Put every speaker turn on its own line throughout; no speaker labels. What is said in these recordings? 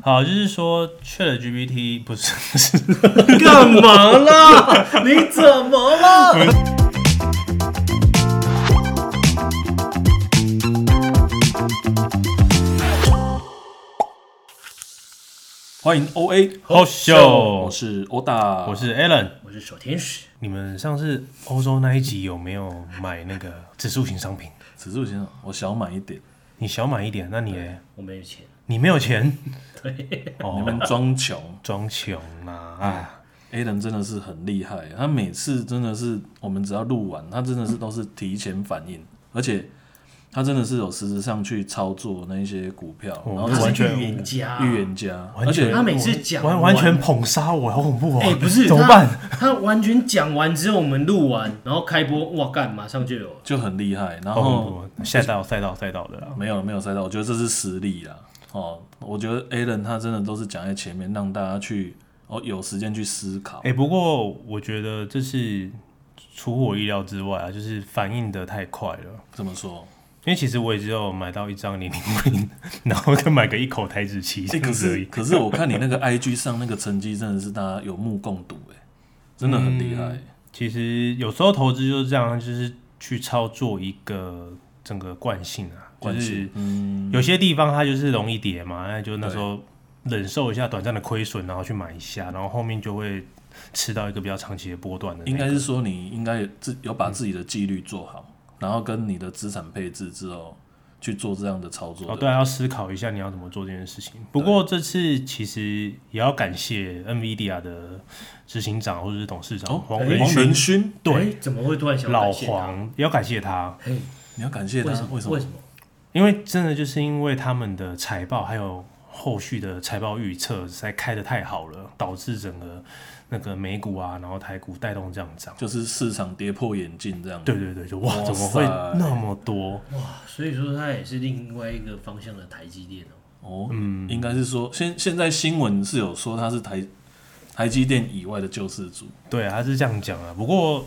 好，就是说 Chat GPT 不 是不是
干嘛啦？ 你怎么了？
欢迎 O A，
好
我
秀，
是欧大，
我是 Alan。
我是小天使，
你们上次欧洲那一集有没有买那个指数型商品？
此处先生，我想买一点，
你小买一点，那你嘞
我没有钱，
你没有钱，
你
哦
们装穷。
装穷啊！哎
A 人真的是很厉害，他每次真的是我们只要录完，他真的是都是提前反应，而且他真的是有实质上去操作那一些股票，然后
我哦完
他是
全
预言家，
预言家，
完
而且
全
他每次讲
完
完
完全捧杀我，好恐怖哦！
哎、不 是
怎么办？？
他他完全讲完之后，我们录完，然后开播，哇干，马上就有了。
就很厉害。然
好恐
后
怖哦！赛道赛道赛道的啊啦，
没有没有赛道，我觉得这是实力啦。哦，我觉得 A 人他真的都是讲在前面，让大家去哦有时间去思考。
哎、不过我觉得这是出乎我意料之外啊，就是反应的太快了。
怎么说？
因为其实我也只有买到一张零零零，然后再买个一口台子棋这
欸、
样
可
子而
是
已。
可是我看你那个 IG 上那个成绩真的是大家有目共睹哎、真的
嗯
很厉害、
其实有时候投资就是这样，就是去操作一个整个惯性啊，就
惯
是
性嗯，
有些地方它就是容易跌嘛，那就那时候忍受一下短暂的亏损，然后去买一下，然后后面就会吃到一个比较长期的波段的那个。哦
应该是说你应该有自有把自己的纪律做好，然后跟你的资产配置之后去做这样的操作。
哦，对啊，要思考一下你要怎么做这件事情。不过这次其实也要感谢 NVIDIA 的执行长或者是董事长
哦，
黄
黄
仁勋，
仁勋，
对
哎怎么会突然想
老
感谢他？
黄也要感谢他，
嘿，
你要感谢他，
为什么？
为什
为
么？
什么？
因为真的就是因为他们的财报还有后续的财报预测实在开的太好了，导致整个那个美股啊，然后台股带动这样涨。
就是市场跌破眼镜这样。
对对对，就哇，
哇
怎么会
塞
那么多？
哇，啊所以说他也是另外一个方向的台积电哦。
哦，应该是说现现在新闻是有说他是台台积电以外的救世主，
对，他是这样讲啊。不过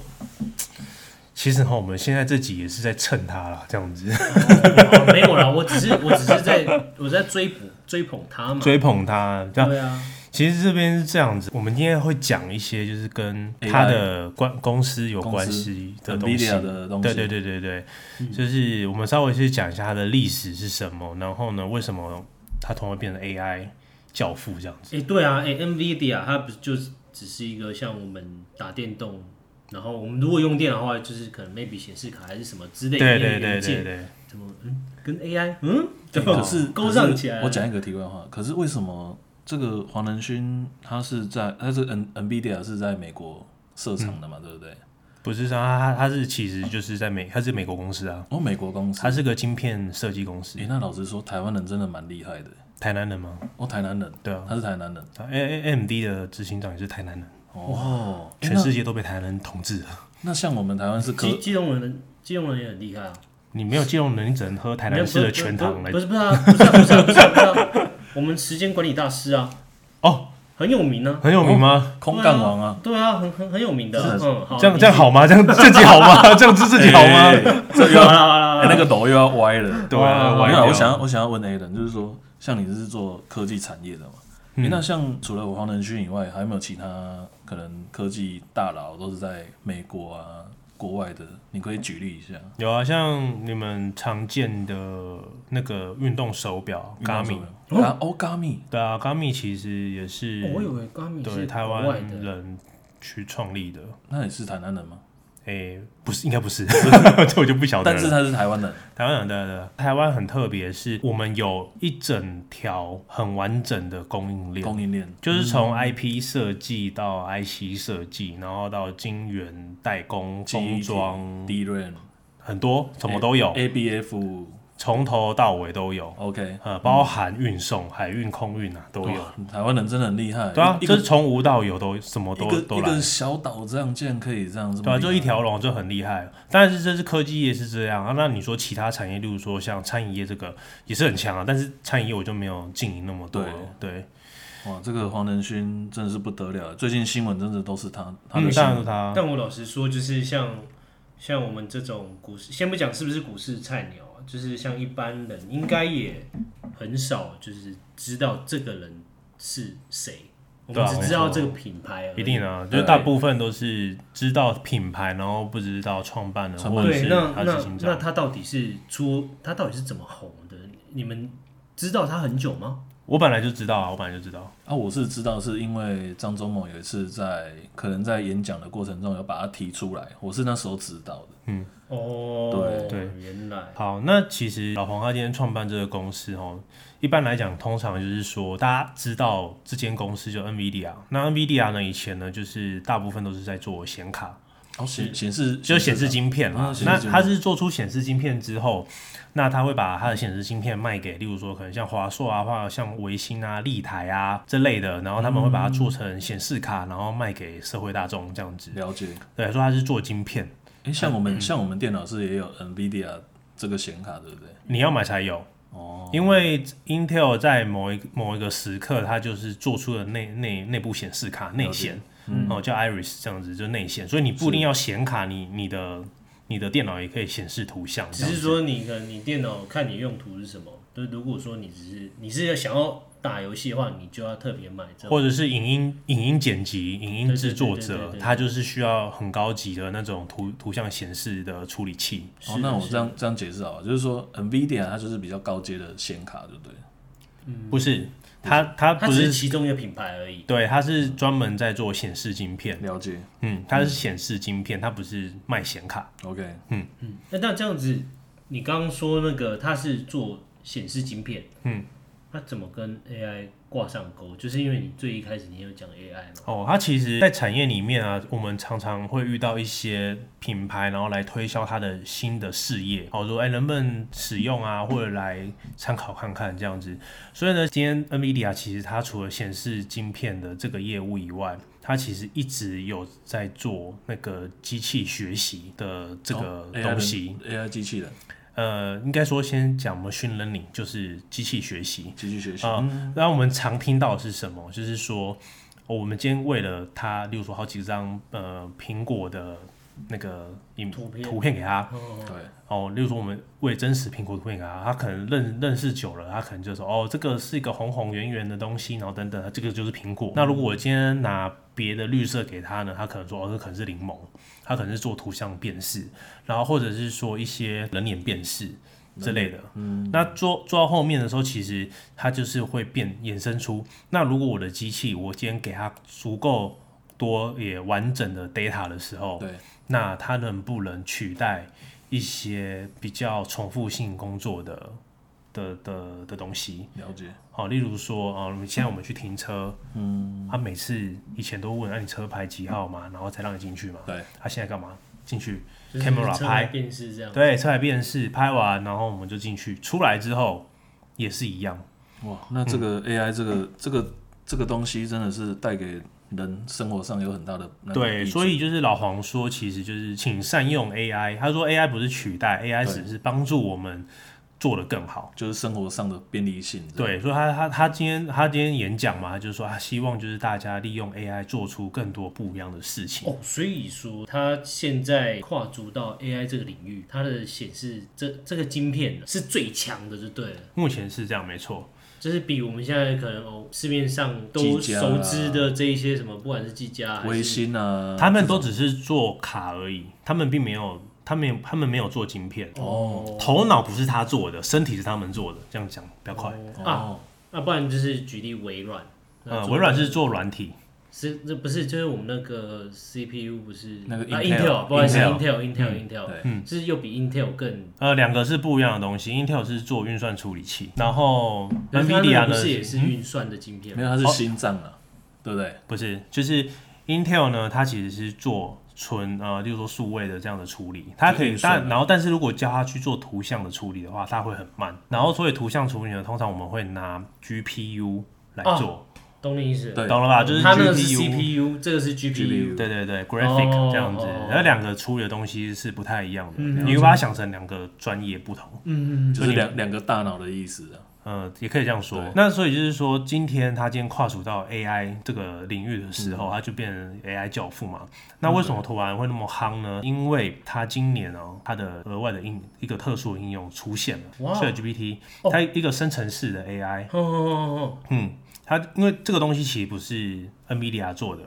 其实哈，我们现在这集也是在蹭他啦，这样子
哦没有啦，我只是我只是在我在追捧追捧他嘛。
追捧他。这样，
对啊，
其实这边是这样子，我们今天会讲一些就是跟他的关公司有关系的东西
NVIDIA 的东西
对对对对对，就是我们稍微去讲一下它的历史是什么，然后呢，为什么它突然会变成 AI 教父这样子？
哎、对啊，哎、n v i d i a 它不就是只是一个像我们打电动，然后我们如果用电脑的话，就是可能 maybe 显示卡还是什么之类
对
的
对对
元
对
件，
对，
怎么嗯跟 AI 嗯怎么
可是
勾上起来
可
了？
是我讲一个题外话，可是为什么这个黄仁勋他是在他是 N NVIDIA 是在美国设厂的嘛，对不对？
不是说它它它是其实就是在美，它是美国公司啊，
哦，美国公司。
它是个晶片设计公司
诶，，那老实说，台湾人真的蛮厉害的。
台南人吗？
哦，台南人，
对啊
他是台南人。
它，A A M D 的执行长也是台南人，
哦，诶
全世界都被台南人统治了。
那那像我们台湾是科
基基隆人，基隆人也很厉害啊。
你没有金融能力，你只能喝台
没有
南市的
不是
全
不是
糖来
不是不是啊，不是啊不是啊不是啊不是啊，我们时间管理大师啊，
哦，
很有名啊，
很有名吗？
空干王啊，
对啊，很很很有名的啊，嗯，好，
这样
你
这样好吗？这样自己好吗？这样自自己好吗？
诶这
好
个
啦好啦好啦，
那个头又要歪了。
对啊，
没
歪
有
掉
啊，我想要我想要问 A 人，就是说，像你是做科技产业的嘛？
嗯
诶那像除了黄仁勋以外，还有没有其他可能科技大佬都是在美国啊、国外的？你可以举例一下。
有啊，像你们常见的那个运动手表 Garmin，
啊，哦，Gami，
对啊，Garmin 其实也是
哦我以为 Gami
对
是
台
国外
湾
的，
人去创立的。
那也是台南人吗？
诶、不是，应该不是，这我就不晓得
但是
了。
他是台湾人，
台湾人对对对，台湾很特别，是我们有一整条很完整的供应链，
供应链。
就是从 IP 设计到 IC 设计，然后到晶圆代工、封装，
DRAM
很多什么都有，
ABF
从头到尾都有，
OK
呃，包含运送、海运、空运啊都有。
哇台湾人真的很厉害，
对啊，
一
就
个
是从无到有都什么
一
都
个
都
一
来
个，小岛这样竟然可以这样这么
对啊，
厉害
就一条龙就很厉害。但是这是科技业是这样啊，那你说其他产业，例如说像餐饮业这个也是很强啊，但是餐饮业我就没有经营那么多了，对，
哇，这个黄仁勋真的是不得了，最近新闻真的都是他他
嗯
的新
当然
闻，
是他，
但我老实说，就是像像我们这种股市，先不讲是不是股市菜鸟啊，就是像一般人应该也很少就是知道这个人是谁，我
对
们
啊
只知道这个品牌而已。
一定啊，就是
对
大部分都是知道品牌，然后不知道创办人
创
或
办
者
对，
是
那
他执
那
行
那
长。
他到底是出他到底是怎么红的？你们知道他很久吗？
我本来就知道啊，我本来就知道。
啊，我是知道，是因为张忠谋有一次在可能在演讲的过程中有把它提出来，我是那时候知道的。
哦，
对
原来
好，那其实老黄他今天创办这个公司哦，一般来讲，通常就是说大家知道这间公司就 NVIDIA，那 NVIDIA 呢以前呢就是大部分都是在做显卡，
哦，显显示
就显示晶片啦
啊。显
那
示晶片
它是做出显示晶片之后，那它会把它的显示晶片卖给，例如说可能像华硕啊，或者像维星啊、立台啊这类的，然后他们会把它做成显示卡，然后卖给社会大众这样子。
了解。
对，说它是做晶片，
哎、像我
嗯
们、像我们电脑是也有 NVIDIA 这个显卡，对不对？
你要买才有。
哦，
因为 Intel 在某一个某一个时刻，它就是做出了内内内部显示卡内显，
嗯
哦叫 Iris 这样子就内显，所以你不一定要显卡，你你的你的电脑也可以显示图像这
只
样子。
是说你可能你电脑看你用途是什么。就是如果说你只是你是想要打游戏的话，你就要特别买这种。
或者是影音影音剪辑、影音制作
对对对对
者
对，对
他就是需要很高级的那种图图像显示的处理器。
哦，那我这样这样解释好了，就是说 NVIDIA 它就是比较高阶的显卡，对不对？
不是，他他
它
不
嗯只是
是，
其中一个品牌而已。
对，他是专门在做显示晶片。
了解
嗯，他是显示晶片，他不是卖显卡。
，OK，
那那这样子，你刚刚说那个它是做显示晶片，
嗯，
它怎么跟 AI 挂上钩？就是因为你最一开始你有讲 AI 嘛，
哦，它其实，在产业里面啊，我们常常会遇到一些品牌，然后来推销它的新的事业，哦，说哎，能不能使用啊，或者来参考看看这样子。所以呢，今天 NVIDIA 其实它除了显示晶片的这个业务以外，它其实一直有在做那个机器学习的这个
哦 AI
呃东西。
人 AI 机器人
呃，应该说先讲 machine learning，就是机器学习。
继续学习，
啊、
嗯
那我们常听到的是什么？就是说，哦我们今天为了他，例如说好几张呃苹果的那个影
图片
图片给他，
对，
哦，例如说我们为真实苹果图片给啊他，他可能认认识久了，他可能就说哦，这个是一个红红圆圆的东西，然后等等，这个就是苹果。那如果我今天拿别的绿色给他呢，他可能说哦，这可能是柠檬，他可能是做图像辨识，然后或者是说一些人脸辨识。之类的，嗯，那做做到后面的时候，其实它就是会变衍生出。那如果我的机器，我今天给它足够多也完整的 data 的时候，
对，
那它能不能取代一些比较重复性工作的的的的东西？
了解，
好，例如说，哦，现在我们去停车，嗯，他、每次以前都问，那、啊你车牌几号嘛，然后才让你进去嘛。
对，
他、现在干嘛？进去
就是
camera
车
拍，
辨识这样。
对，车牌辨识拍完，然后我们就进去，出来之后也是一样。
哇，那这个
嗯
AI 这个这个这个东西真的是带给人生活上有很大的那个
对，
益处
所以就是老黄说，其实就是请善用 AI。他说 AI 不是取代，AI
对
只是帮助我们做得更好。
就是生活上的便利性，
对，所以他他他今天他今天演讲嘛，他就是说他希望就是大家利用 AI 做出更多不一样的事情。
哦，所以说它现在跨足到 AI 这个领域，它的显示这这个晶片是最强的，就对了，
目前是这样，没错。
就是比我们现在可能哦市面上都
技嘉啊
熟知的这一些什么，不管是技嘉还
微
嗯是
星啊，
他们都只是做卡而已，他们并没有，他们他们没有做晶片。
哦
头脑不是他做的，身体是他们做的。这样讲比较快。
啊，
哦，
那不然就是举例微软，那
呃，
做
微软是做软体，
是那不是就是我们那个 CPU 不是
那个
啊
Intel，嗯
Intel 不好意思
Intel
Intel Intel Intel，
嗯
对，
就是又比 Intel 更
呃，两个是不一样的东西。Intel 是做运算处理器，然后
可是它那
NVIDIA
个不
呢嗯
是也是运算的晶片
没
吗？
有，它是
哦
心脏啊，对不对？
不是，就是 Intel 呢，它其实是做纯呃，例如说数位的这样的处理，它可以
运，算
但然后但是如果叫它去做图像的处理的话，它会很慢。然后所以图像处理呢，通常我们会拿 GPU 来做，
懂你意思？
对
懂了吧？啊就是
啊它那个是
GPU。
CPU，这个是 GPU，
对对对，graphic
哦
这样子
哦，
那两个处理的东西是不太一样的，
嗯
你会把它想成两个专业不同。
嗯嗯嗯，
就是两两个大脑的意思啊，
呃，也可以这样说
对。
那所以就是说，今天他今天跨足到 AI 这个领域的时候，他就变成 AI 教父嘛。那为什么突然会那么夯呢？因为他今年哦，他的额外的应一个特殊的应用出现
哇
了 c h a GPT，它一个生成式的 AI，
哦哦
嗯，它因为这个东西其实不是 NVIDIA 做的，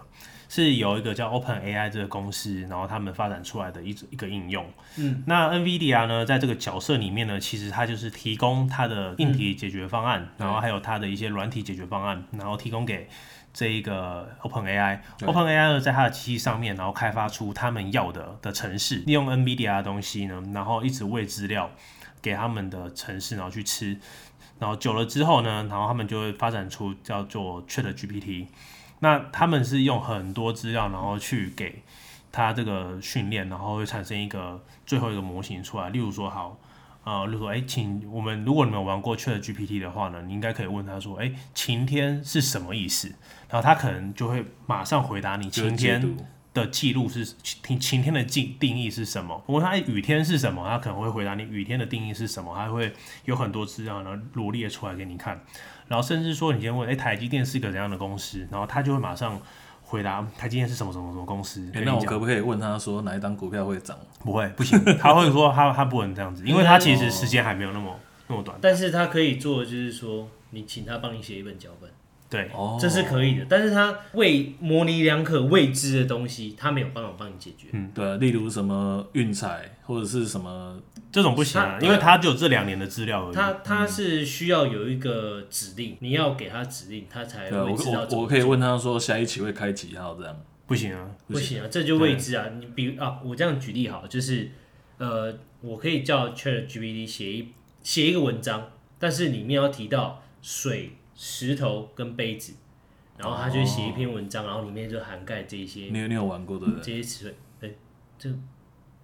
是由一个叫 Open AI 这个公司，然后他们发展出来的一一个应用。嗯，那 NVIDIA 呢，在这个角色里面呢，其实它就是提供它的硬体解决方案，然后还有它的一些软体解决方案，然后提供给。这一个 Open AI。Open AI 呢，在它的机器上面，然后开发出他们要的的城市，利用 NVIDIA 的东西呢，然后一直喂资料给他们的城市，然后去吃。然后久了之后呢，然后他们就会发展出叫做 Chat GPT。那他们是用很多资料，然后去给它这个训练，然后会产生一个最后一个模型出来。例如说，好，呃，例如说，哎，请我们如果你们有玩过 Chat GPT 的话呢，你应该可以问他说，哎，晴天是什么意思？然后他可能就会马上回答你，晴天
就解读
的记录是晴晴天的定定义是什么？我问他、哎雨天是什么，他可能会回答你雨天的定义是什么，他会有很多资料然后罗列出来给你看，然后甚至说你先问哎、台积电是个怎样的公司，然后他就会马上回答嗯台积电是什么什么什么公司。
哎、
跟你
那我
讲
可不可以问他说哪一档股票会涨？
不会不行，他会说他他不能这样 子，因为他其实时间还没有那么那么短
哦，。但是他可以做的就是说，你请他帮你写一本脚本，
对
哦，
这是可以的。但是他为模棱两可未知的东西，他没有办法帮你解决。
嗯
对啊，例如什么运彩或者是什么，
这种不行啊，
他
因为他只有这两年的资料而已。
嗯
他他是需要有一个指令，你要给他指令，他才
对
哎
啊，
会
我
知道怎么
我我可以
做
问他说下一期会开几号这样？
不行啊，
不行啊，这就未知啊。你比如啊，我这样举例好了，就是呃，我可以叫 Chat GPT 写一写一个文章，但是里面要提到水、石头跟杯子，然后他就
哦
写一篇文章，然后里面就涵盖这一
嗯
些
你有你有玩过对不对？
这些词汇。对，这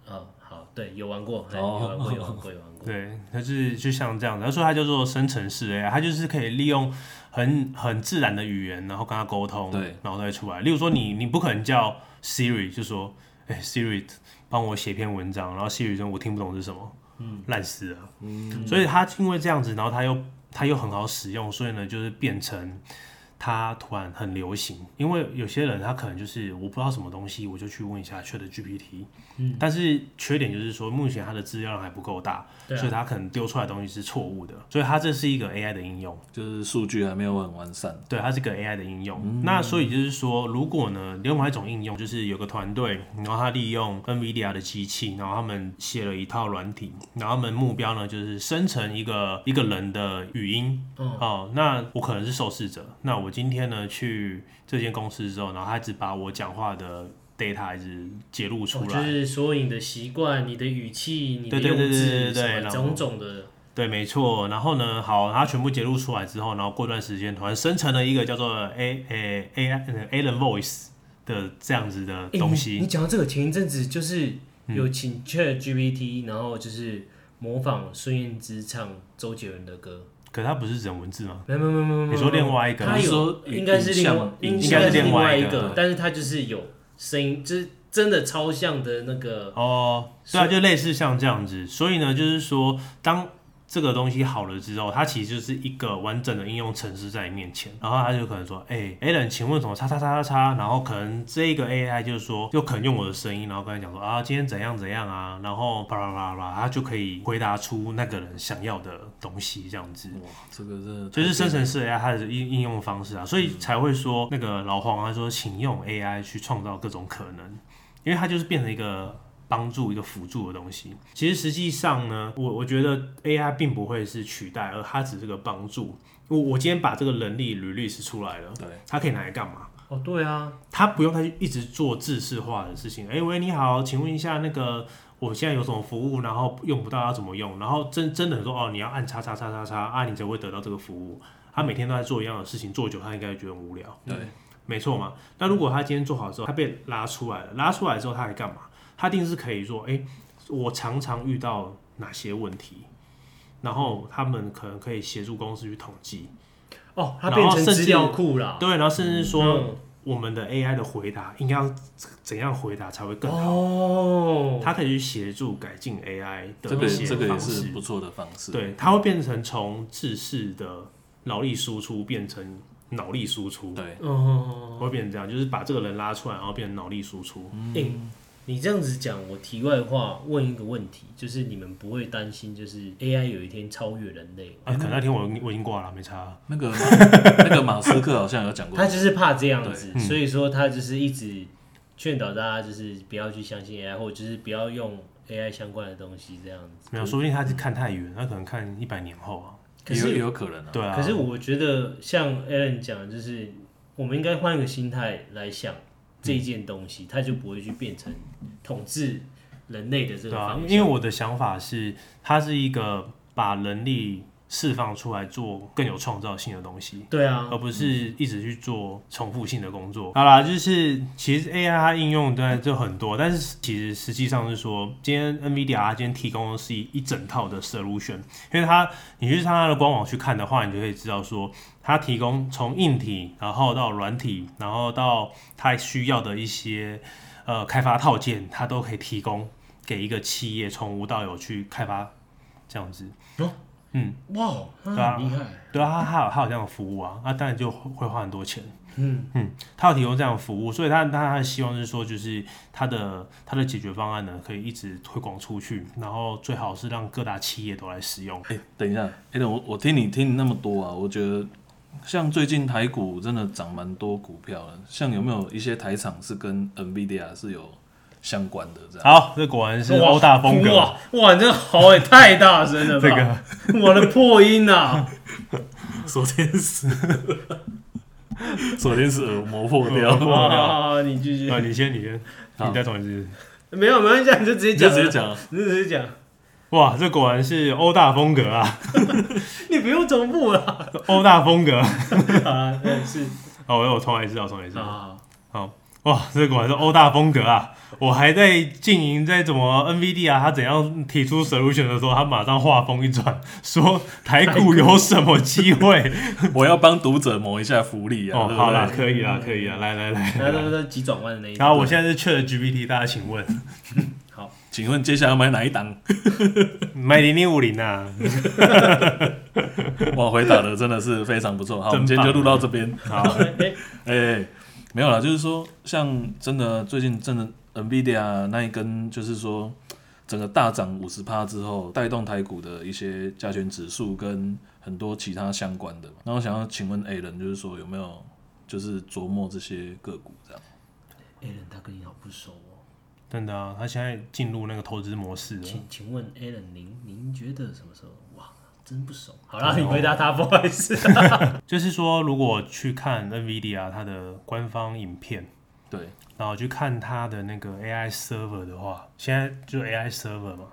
哦，好，对，有玩过，哎有
哦
玩过，有 玩过，有玩过。
对，它就是就像这样子，他说它叫做生成式 AI，它就是可以利用很很自然的语言，然后跟它沟通，
对，
然后再出来。例如说你你不可能叫 Siri 就说，哎、s i r i 帮我写篇文章，然后 Siri 说我听不懂是什么，嗯，烂死了。嗯，所以它因为这样子，然后它又它又很好使用，所以呢就是变成。它突然很流行，因为有些人他可能就是我不知道什么东西，我就去问一下 Chat GPT，、嗯、但是缺点就是说目前它的资料量还不够大，
对啊
所以它可能丢出来的东西是错误的，所以它这是一个 AI 的应用，
就是数据还没有很完善，
对，它是一
嗯
个 AI 的应用。那所以就是说，如果呢，另外一种应用就是有个团队，然后他利用 NVIDIA 的机器，然后他们写了一套软体，然后他们目标呢就是生成一个一个人的语音。
嗯
哦，那我可能是受试者，那我今天呢去这间公司之后，然后他只把我讲话的 data 一直揭露出
哦
来，
就是所有你的习惯、你的语气、你的
对对
用
对对
字
对对
什么
然后
种种的，
对，没错。然后呢，好，它全部揭露出来之后，然后过段时间突然生成了一个叫做 A A A A Alan Voice 的这样子的
欸
东
你你
西。嗯
讲到这个，前一阵子就是有请 Chat GPT，、然后就是模仿孙燕姿唱周杰伦的歌。
可它不是人文字吗？
没有没有没有没有没有，
你说另外一个
他
你是说
有应该是另外
影像
应该是
另
另外
一
一个
个
对，
但是他就是有声音，就是真的超像的那个。
哦，对啊，就类似像这样子。所以呢，就是说，当这个东西好了之后，它其实就是一个完整的应用程式在你面前，然后它就可能说，哎、a l a n 请问什么叉叉叉叉叉，然后可能这个 AI 就是说，就可能用我的声音，然后跟他讲说啊，今天怎样怎样啊，然后巴拉巴拉巴拉，它就可以回答出那个人想要的东西这样子。
哇，这个是
就是生成式 AI 它的应应用方式啊，所以才会说那个老黄他说，请用 AI 去创造各种可能，因为它就是变成一个帮助、一个辅助的东西。其实实际上呢，我我觉得 AI 并不会是取代，而它只是个帮助。我我今天把这个能力履历是出来了，
对，
它可以拿来干嘛？
哦，对啊，
它不用再去一直做制式化的事情。哎、喂，你好，请问一下那个。我现在有什么服务，然后用不到要怎么用，然后真真的说哦，你要按叉叉叉叉叉啊，你才会得到这个服务。他每天都在做一样的事情，做久他应该会觉得很无聊，
对，
没错嘛。那如果他今天做好之后，他被拉出来了，拉出来之后他还干嘛？他一定是可以说，哎、我常常遇到哪些问题，然后他们可能可以协助公司去统计，
哦，他
然后
变成
甚
资
至
料库啦。
对，然后甚至说
嗯
我们的 AI 的回答应该要怎样回答才会更好，
哦，
它可以去协助改进 AI 的
这个
一些
这个也
方
是
式
不。错的方式。
对，它会变成从制式的脑力输出变成脑力输出，
对，
哦，
会变成这样，就是把这个人拉出来，然后变成脑力输出。
嗯
欸你这样子讲，我题外话问一个问题，就是你们不会担心就是 AI 有一天超越人类吗？
啊，可能那天我我已经挂了，没差。
那个 那个马斯克好像有讲过
他，就是怕这样子，所以说他就是一直劝导大家就是不要去相信 AI，或者就是不要用 AI 相关的东西这样子。
嗯
没有，说不定他是看太远，他可能看一百年后啊。
可
也有
是
也有可能啊。
对啊，
可是我觉得像 Alan 讲，的就是我们应该换一个心态来想这件东西，它就不会去变成统治人类的这
对
个
啊
方，
因为
向。
我的想法是，它是一个把能力释放出来做更有创造性的东西。
对啊，
而不是一直去做重复性的工作。好啦，就是其实 AI 它应用对就很多，但是其实实际上是说，今天 NVIDIA 它今天提供的是一一整套的 solution，因为它你去上它的官网去看的话，你就可以知道说，它提供从硬体，然后到软体，然后到它需要的一些呃开发套件，它都可以提供给一个企业从无到有去开发这样子。
哇，
对啊
他很厉害，
对啊，它它有它有这样的服务啊，那、当然就会花很多钱。
嗯，
他有提供这样的服务，所以他他他的希望是说，就是他的他的解决方案呢，可以一直推广出去，然后最好是让各大企业都来使用。
哎、等一下，哎、等我我听你听你那么多啊，我觉得像最近台股真的涨蛮多股票的，像有没有一些台厂是跟 NVIDIA 是有相关的这样？
好，这果然是欧大风格。
哇哇，你这好也太大声了吧！这个我的破音 啊，
昨天是， 昨天是耳膜破掉，
哇
哇，你继续
啊，，你先，你先，
好
你再重一次。
没有没关系，你就直接
你就
讲，
直接，讲啊，
你就直接讲，
哇，这果然是欧大风格啊，
你不用重复了。
欧大风格。
啊，那是
好，我我重来一次，我重来一次。
啊，
哇，哦这果然是欧大风格啊！我还在经营在怎么 NVD 啊，他怎样提出 solution 的时候，他马上话锋一转，说台股有什么机 会？
我要帮读者谋一下福利啊。
哦，
对不对
好啦，可以啦，可以啦，来来
那
来。
那那急转弯的那一
然
种。
后我现在是 Chat GPT，大家请问，
请问接下来要买哪一 档？
买零零五零啊？
哇，回答的真的是非常不错。
真
好，我
棒
们今天就录到这边。
好，
哎
哎、没有啦，就是说，像真的最近真的 NVIDIA 那一根，就是说整个大涨五十趴之后，带动台股的一些加权指数跟很多其他相关的嘛。那我想要请问 A 人，就是说有没有就是琢磨这些个股这样？
，Alan 他跟你好不熟哦，
真的啊，他现在进入那个投资模式了。
请请问 Alan 您您觉得什么时候？哇，真不熟。好啦，你回答他，不好意
哦
思。
就是说，如果去看 NVD 啊，它的官方影片，
对，
然后去看它的那个 AI server 的话，现在就 AI server 嘛，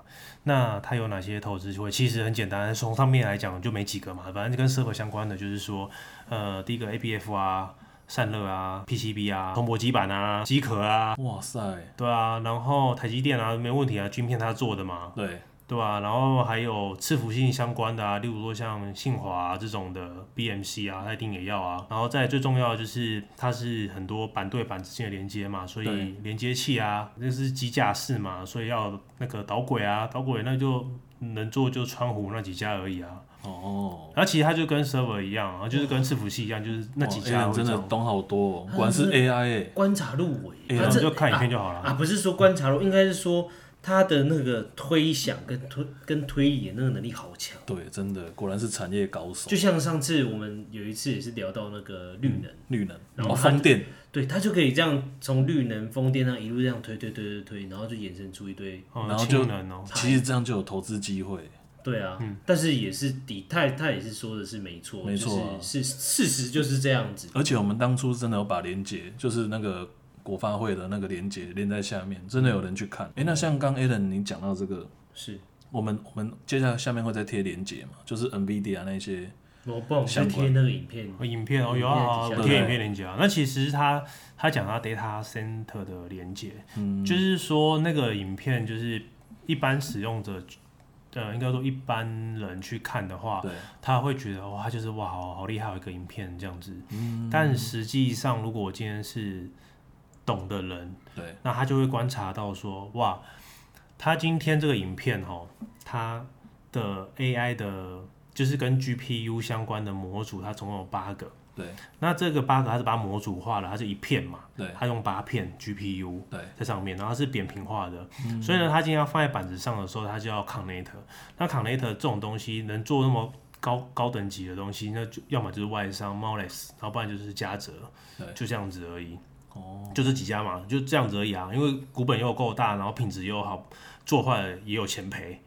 那它有哪些投资机会？其实很简单，从上面来讲就没几个嘛，反正跟 server 相关的就是说，呃，第一个 ABF 啊、散热啊、PCB 啊、铜箔基板啊、机壳啊，
哇塞，
对啊，然后台积电啊，没问题啊，晶片它做的嘛，
对，
对啊，然后还有伺服性相关的啊，例如说像信华、啊、这种的 BMC 啊，它一定也要啊。然后再最重要的就是它是很多板对板之间的连接嘛，所以
对
连接器啊，那是机架式嘛，所以要那个导轨啊，导轨那就能做就川湖那几家而已啊。
哦，
然后其实它就跟 server 一样啊，就是跟伺服器一样，就是那几
哇
家
Alan 真的
会这样
懂好多、哦，果然
啊
是 AI 哎、
观察入围，
哎
然
他
后
这
就看影片就好了。
啊，不是说观察入，应该是说他的那个推想跟推跟推理的那个能力好强。
对，真的果然是产业高手，
就像上次我们有一次也是聊到那个绿能，
绿能
然
哦，
后他
风电
对他就可以这样从绿能、风电上一路这样推推推推推，然后就衍生出一堆
哦
然后就
氢能哦，
其实这样就有投资机会。
对啊，但是也是的，他他也是说的是没错，
嗯没错啊
就是是事实就是这样子。
而且我们当初真的有把连接，就是那个国发会的那个连接连在下面，真的有人去看。诶，那像刚 Alan 你讲到这个，
是，
我们我们接下来下面会再贴连接嘛，就是 NVIDIA 那些，
我帮我们再
相
贴
关
那个影片，
哦影片哦，有啊，
影
我
片
底下
贴影片连接啊。那其实他他讲他 data center 的连接，就是说那个影片就是一般使用者呃，应该说一般人去看的话，
对，
他会觉得哇，就是哇，好好厉害，有一个影片这样子。但实际上，如果我今天是懂的人，
对，
那他就会观察到说，哇，他今天这个影片哦，它的 AI 的，就是跟 GPU 相关的模组，它总共有八个。
对，
那这个八个，它是把它模组化了，它是一片嘛，
对，
它用八片 GPU
对，嗯
在上面，然后它是扁平化的，所以呢，它今天要放在板子上的时候，它就要 connect。那 connect 这种东西能做那么高高等级的东西，那就要么就是外商 m o l e s 然后不然就是嘉泽
对，
就这样子而已。
哦，
就这几家嘛，就这样子而已啊。因为股本又够大，然后品质又好，做坏了也有钱赔，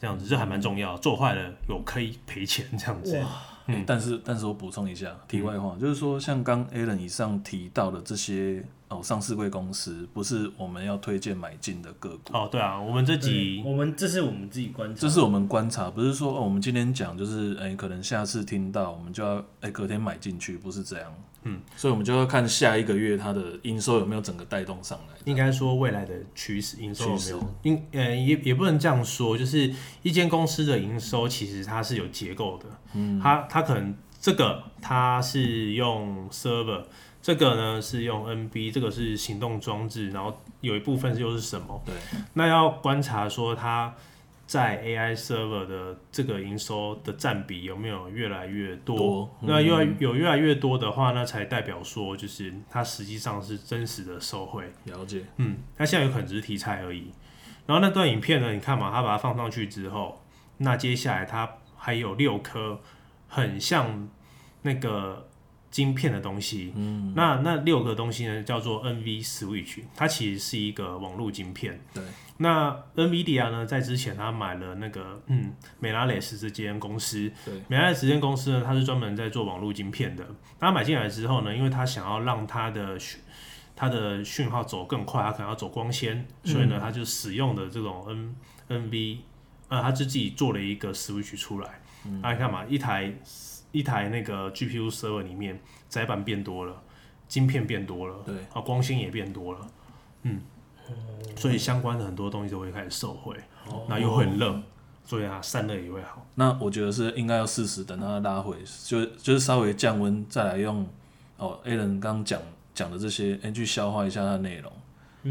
这样子这还蛮重
嗯
要。做坏了有可以赔钱这样子。
欸
嗯
但是但是我补充一下，题外话、就是说，像刚 Alan 以上提到的这些哦，上市贵公司不是我们要推荐买进的个股，
哦，对啊，我们这
对
集
我们这是我们自己观察，
这是我们观察，不是说哦，我们今天讲就是哎、可能下次听到我们就要哎、隔天买进去，不是这样，嗯，所以我们就要看下一个月它的营收有没有整个带动上来，
应该说未来的趋势营收有没
趋势
有？应呃也也不能这样说，就是一间公司的营收其实它是有结构的，嗯，它它可能这个它是用 server，这个呢是用 NB，这个是行动装置，然后有一部分又是什么？
对，
那要观察说它在 AI server 的这个营收的占比有没有越来越多？
多嗯
那越来有越来越多的话，那才代表说就是它实际上是真实的受贿。
了解，
嗯，它现在有可能只是题材而已。然后那段影片呢，你看嘛，它把它放上去之后，那接下来它还有六颗很像那个晶片的东西。嗯，那那六个东西呢，叫做 NV Switch，它其实是一个网络晶片。
对，
那 NVIDIA 呢，在之前它买了那个嗯美拉蕾斯这间公司，
对，
美拉蕾斯这间公司呢，它是专门在做网络晶片的。那它买进来之后呢，因为它想要让它的讯它的讯号走更快，它可能要走光纤，所以呢，它就使用的这种 N NV，呃，它就自己做了一个 switch 出来。那你看嘛，一台一台那个 GPU server 里面载板变多了，晶片变多了，
对，
啊，光纤也变多了，嗯，所以相关的很多东西都会开始受惠，那又会很热，所以啊，散热也会好。
那我觉得是应该要适时等它拉回，就就是稍微降温，再来用哦，Alan 刚讲讲的这些，哎、去消化一下它的内容。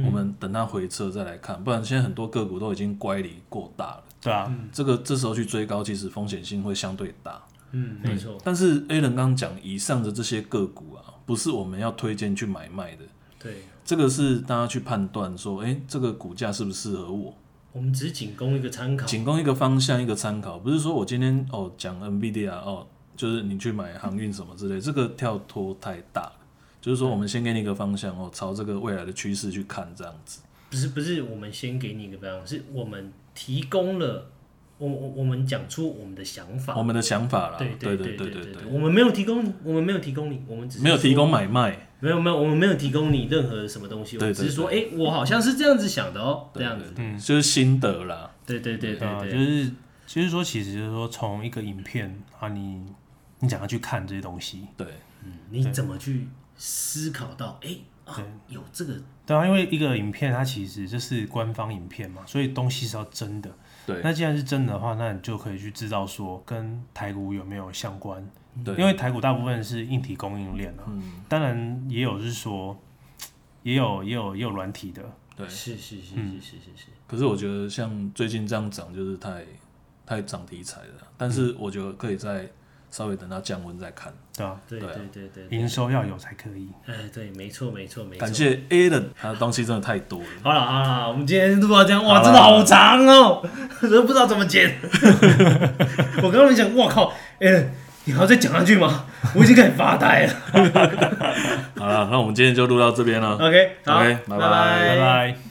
我们等它回撤再来看，不然现在很多个股都已经乖离过大了，
对啊，
这个这时候去追高，其实风险性会相对大。
嗯，没错，
但是 Alan 刚刚讲以上的这些个股啊，不是我们要推荐去买卖的，
对，
这个是大家去判断说，哎、这个股价适不适合我，
我们只是仅供一个参考，
仅供一个方向，一个参考，不是说我今天哦讲 NVIDIA 哦，就是你去买航运什么之类，这个跳脱太大了。就是说，我们先给你一个方向哦，朝这个未来的趋势去看，这样子。
不是不是，我们先给你一个方向，是我们提供了，我我我们讲出我们的想法，
我们的想法啦，
对
对
对
对
对
对，
我们没有提供你，我们没有提供你，我们只是
没有提
说
供买卖，
没有没有，我们没有提供你任何什么东西，我
对
们
对
只是说，哎，我好像是这样子想的哦，这样子，
嗯，就是心得啦，
对对对
对啊，
对
就
对，
是就是说，其实就是说，从一个影片啊，你你想要去看这些东西，
对，
嗯你怎么去思考到，哎啊，有这个，
对啊，因为一个影片它其实就是官方影片嘛，所以东西是要真的。
对
那既然是真的话，那你就可以去知道说跟台股有没有相关，
对，嗯
因为台股大部分是硬体供应链啊，当然也有是说，也有也有也有软体的，
对嗯
是是是是是是是，
可是我觉得像最近这样涨就是太太涨题材了，但
嗯
是我觉得可以再稍微等它降温再看。
对啊，
对
对啊
对对对对，
营收要有才可以。
哎对，没错没错没错
感。谢 Alan，他的东西真的太多了。
好了好了好了，我们今天录到这样，哇，
好了
真的好长哦、都不知道怎么剪。 我刚刚想，我靠，哎、你还要再讲下去吗？我已经开始发呆了。
好了，那我们今天就录到这边了。
OK，好
OK，拜拜
拜拜。